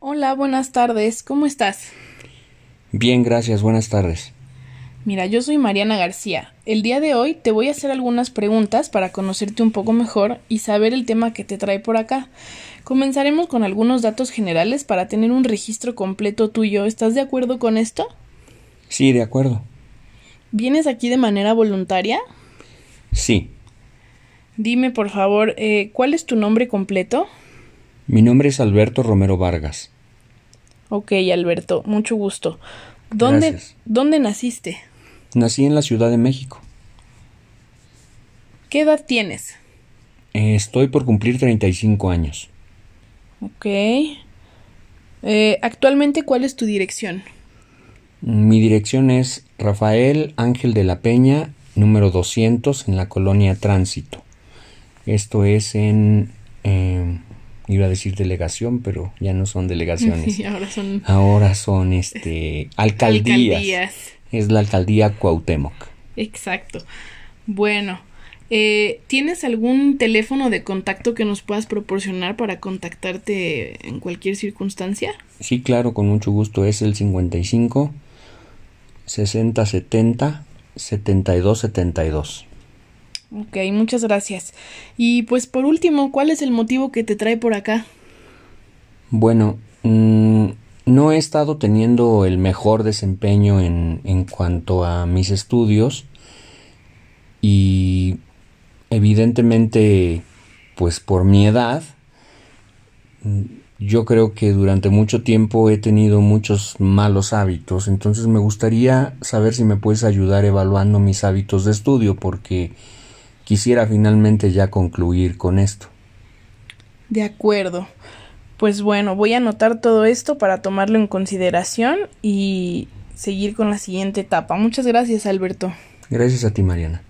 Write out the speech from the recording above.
Hola, buenas tardes. ¿Cómo estás? Bien, gracias, buenas tardes. Mira, yo soy Mariana García. El día de hoy te voy a hacer algunas preguntas para conocerte un poco mejor y saber el tema que te trae por acá. Comenzaremos con algunos datos generales para tener un registro completo tuyo. ¿Estás de acuerdo con esto? Sí, de acuerdo. ¿Vienes aquí de manera voluntaria? Sí. Dime, por favor, eh, ¿cuál es tu nombre completo? Mi nombre es Alberto Romero Vargas. Ok, Alberto, mucho gusto. ¿Dónde, Gracias. ¿Dónde naciste? Nací en la Ciudad de México. ¿Qué edad tienes? Eh, Estoy por cumplir 35 años. Ok. Eh, actualmente, ¿cuál es tu dirección? Mi dirección es Rafael Ángel de la Peña, número 200, en la colonia Tránsito. Esto es en... eh, iba a decir delegación, pero ya no son delegaciones. Sí, ahora son Ahora son este alcaldías. alcaldías. Es la alcaldía Cuauhtémoc. Exacto. Bueno, eh, ¿tienes algún teléfono de contacto que nos puedas proporcionar para contactarte en cualquier circunstancia? Sí, claro, con mucho gusto. Es el 55 60 70 72 72. Ok, muchas gracias. Y pues por último, ¿cuál es el motivo que te trae por acá? Bueno, mm, no he estado teniendo el mejor desempeño en, en cuanto a mis estudios y evidentemente, pues por mi edad, mm, yo creo que durante mucho tiempo he tenido muchos malos hábitos, entonces me gustaría saber si me puedes ayudar evaluando mis hábitos de estudio porque quisiera finalmente ya concluir con esto. De acuerdo. Pues bueno, voy a anotar todo esto para tomarlo en consideración y seguir con la siguiente etapa. Muchas gracias, Alberto. Gracias a ti, Mariana.